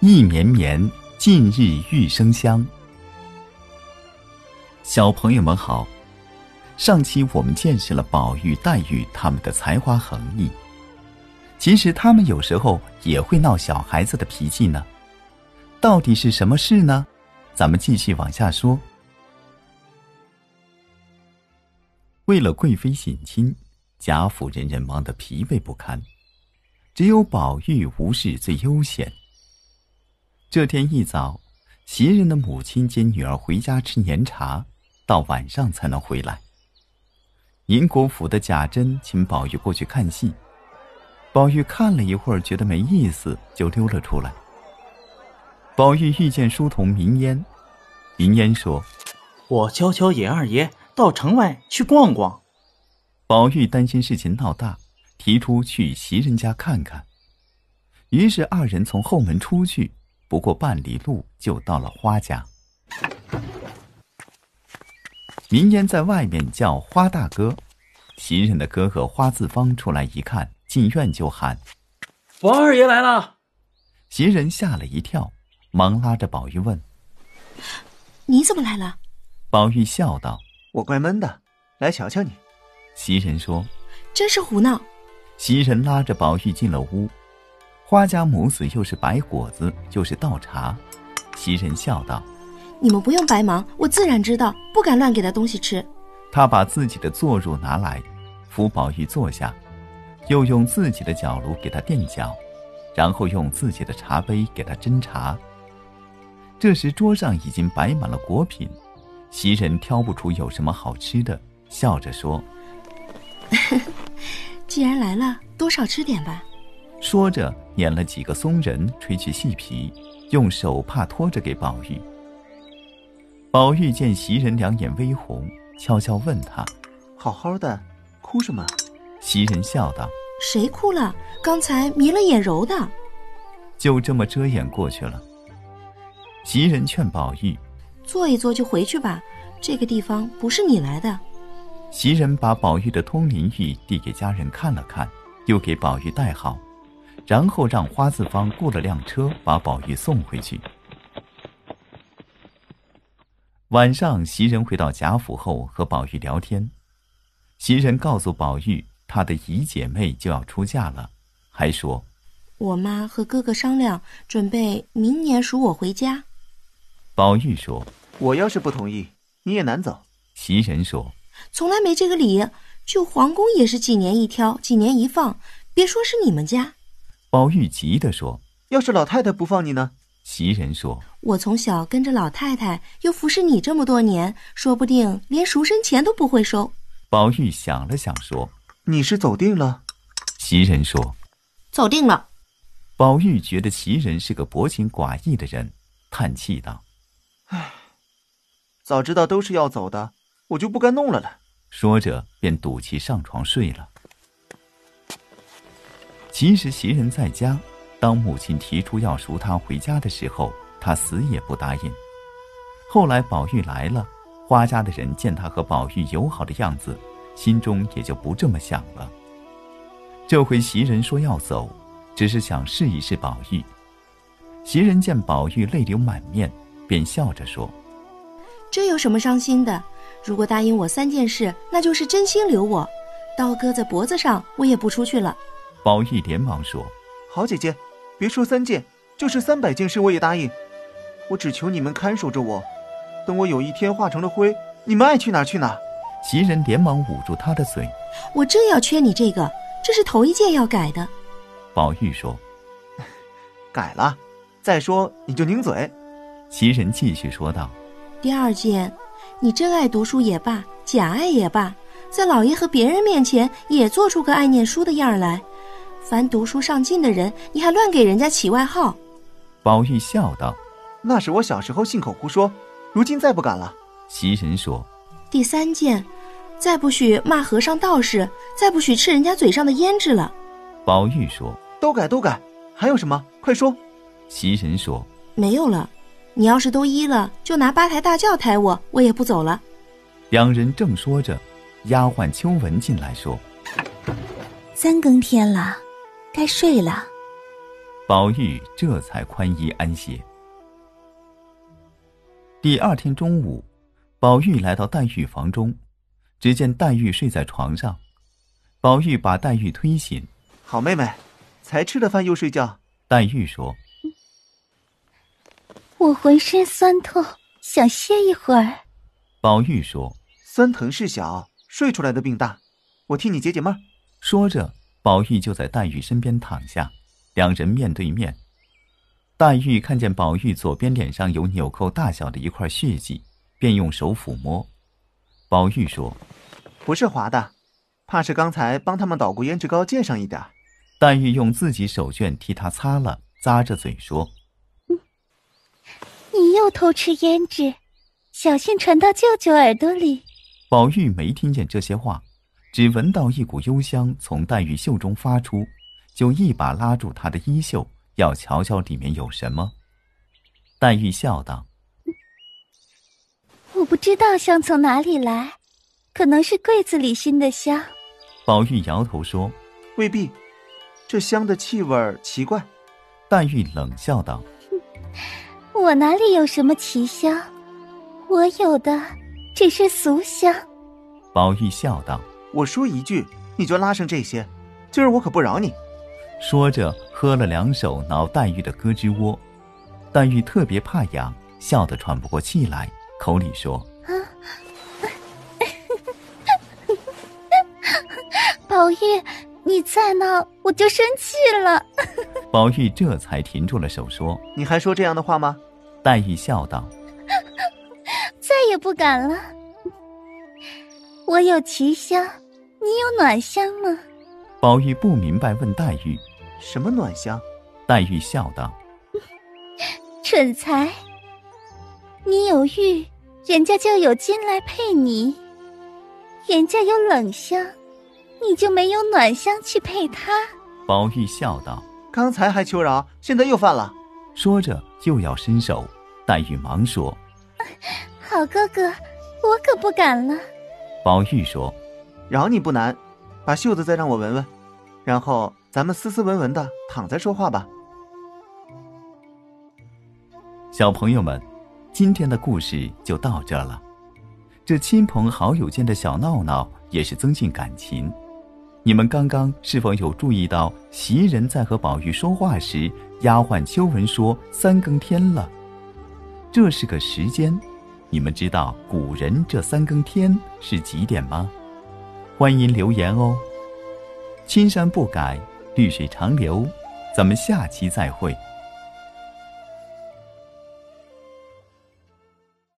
意绵绵，近日玉生香。小朋友们好，上期我们见识了宝玉、黛玉他们的才华横溢，其实他们有时候也会闹小孩子的脾气呢。到底是什么事呢？咱们继续往下说。为了贵妃省亲，贾府人人忙得疲惫不堪，只有宝玉无事最悠闲。这天一早，袭人的母亲接女儿回家吃年茶，到晚上才能回来。宁国府的贾珍请宝玉过去看戏，宝玉看了一会儿，觉得没意思，就溜了出来。宝玉遇见书童明烟，明烟说我教教野二爷到城外去逛逛。：“宝玉担心事情闹大，提出去袭人家看看。”于是二人从后门出去，不过半里路就到了花家。明烟在外面叫花大哥，袭人的哥哥花自芳出来一看，进院就喊，王二爷来了，袭人吓了一跳，忙拉着宝玉问。你怎么来了？宝玉笑道我怪闷的，来瞧瞧你。：“袭人说，真是胡闹！袭人拉着宝玉进了屋，花家母子又是摆果子又是倒茶，袭人笑道：“你们不用白忙，我自然知道，不敢乱给他东西吃。他把自己的坐褥拿来，扶宝玉坐下，又用自己的脚炉给他垫脚，然后用自己的茶杯给他斟茶。这时桌上已经摆满了果品，袭人挑不出有什么好吃的，笑着说。既然来了，多少吃点吧。说着捻了几个松仁，吹去细皮，用手帕托着给宝玉。宝玉见袭人两眼微红，悄悄问他。好好的，哭什么？袭人笑道谁哭了？刚才迷了眼揉的。：“就这么遮掩过去了。”袭人劝宝玉，坐一坐就回去吧，这个地方不是你来的。袭人把宝玉的通灵玉递给家人看了看，又给宝玉戴好，然后让花四方雇了辆车把宝玉送回去。晚上，袭人回到贾府后和宝玉聊天，袭人告诉宝玉，她的姨姐妹就要出嫁了，还说我妈和哥哥商量，准备明年赎我回家。宝玉说，我要是不同意，你也难走。袭人说，从来没这个理，就皇宫也是几年一挑，几年一放。别说是你们家，宝玉急地说，要是老太太不放你呢？袭人说，我从小跟着老太太，又服侍你这么多年，说不定连赎身钱都不会收。宝玉想了想说，你是走定了？袭人说，走定了。宝玉觉得袭人是个薄情寡义的人，叹气道早知道都是要走的，我就不该弄了了。：“说着便赌气上床睡了。”其实袭人在家，当母亲提出要赎她回家的时候，她死也不答应。后来宝玉来了，花家的人见他和宝玉友好的样子，心中也就不这么想了。这回袭人说要走，只是想试一试宝玉。袭人见宝玉泪流满面，便笑着说：“这有什么伤心的？如果答应我三件事，那就是真心留我。刀搁在脖子上，我也不出去了。宝玉连忙说好姐姐，别说三件，就是三百件事我也答应。我只求你们看守着我，等我有一天化成了灰，你们爱去哪儿去哪儿。：“袭人连忙捂住他的嘴。我正要缺你这个，这是头一件要改的。”宝玉说改了，再说你就拧嘴。：“袭人继续说道。第二件，你真爱读书也罢，假爱也罢，在老爷和别人面前也做出个爱念书的样儿来。凡读书上进的人，你还乱给人家起外号。”宝玉笑道那是我小时候信口胡说，如今再不敢了。：“袭人说，第三件，再不许骂和尚道士，再不许吃人家嘴上的胭脂了。宝玉说，都改都改，还有什么？快说！袭人说。没有了，你要是都依了，就拿八抬大轿抬我，我也不走了。”两人正说着，丫鬟秋纹进来说三更天了，该睡了。：“宝玉这才宽衣安歇。第二天中午，宝玉来到黛玉房中，只见黛玉睡在床上，宝玉把黛玉推醒，好妹妹，才吃了饭又睡觉，黛玉说我浑身酸痛，想歇一会儿。：“宝玉说。”酸疼事小，睡出来的病大。我替你解解闷儿。说着，宝玉就在黛玉身边躺下，两人面对面。黛玉看见宝玉左边脸上有纽扣大小的一块血迹，便用手抚摸。宝玉说不是滑的，怕是刚才帮他们捣鼓胭脂膏溅上一点儿。：“黛玉用自己手绢替他擦了，咂着嘴说你又偷吃胭脂，小心传到舅舅耳朵里。：‘宝玉没听见这些话，只闻到一股幽香从黛玉袖中发出，就一把拉住她的衣袖，要瞧瞧里面有什么。’黛玉笑道。我不知道香从哪里来，可能是柜子里熏的香。宝玉摇头说。未必，这香的气味儿奇怪。黛玉冷笑道我哪里有什么奇香，我有的只是俗香。：“宝玉笑道。我说一句，你就拉上这些，今儿我可不饶你。”说着喝了两手挠黛玉的胳肢窝，黛玉特别怕痒，笑得喘不过气来，口里说宝玉，你再闹我就生气了。：“宝玉这才停住了手。”说你还说这样的话吗？：“黛玉笑道。再也不敢了。我有奇香，你有暖香吗？”宝玉不明白，问黛玉。什么暖香？黛玉笑道蠢材，你有玉，人家就有金来配你；人家有冷香，你就没有暖香去配它。：“宝玉笑道。刚才还求饶，现在又犯了。”说着就要伸手，黛玉忙说好哥哥，我可不敢了。：“宝玉说。饶你不难，把袖子再让我闻闻，然后咱们斯斯文文的躺着说话吧。”小朋友们，今天的故事就到这儿了。这亲朋好友间的小闹闹也是增进感情。你们刚刚是否有注意到，袭人在和宝玉说话时，丫鬟秋纹说“三更天了”，这是个时间。你们知道古人这三更天是几点吗？欢迎留言哦。青山不改，绿水长流，咱们下期再会。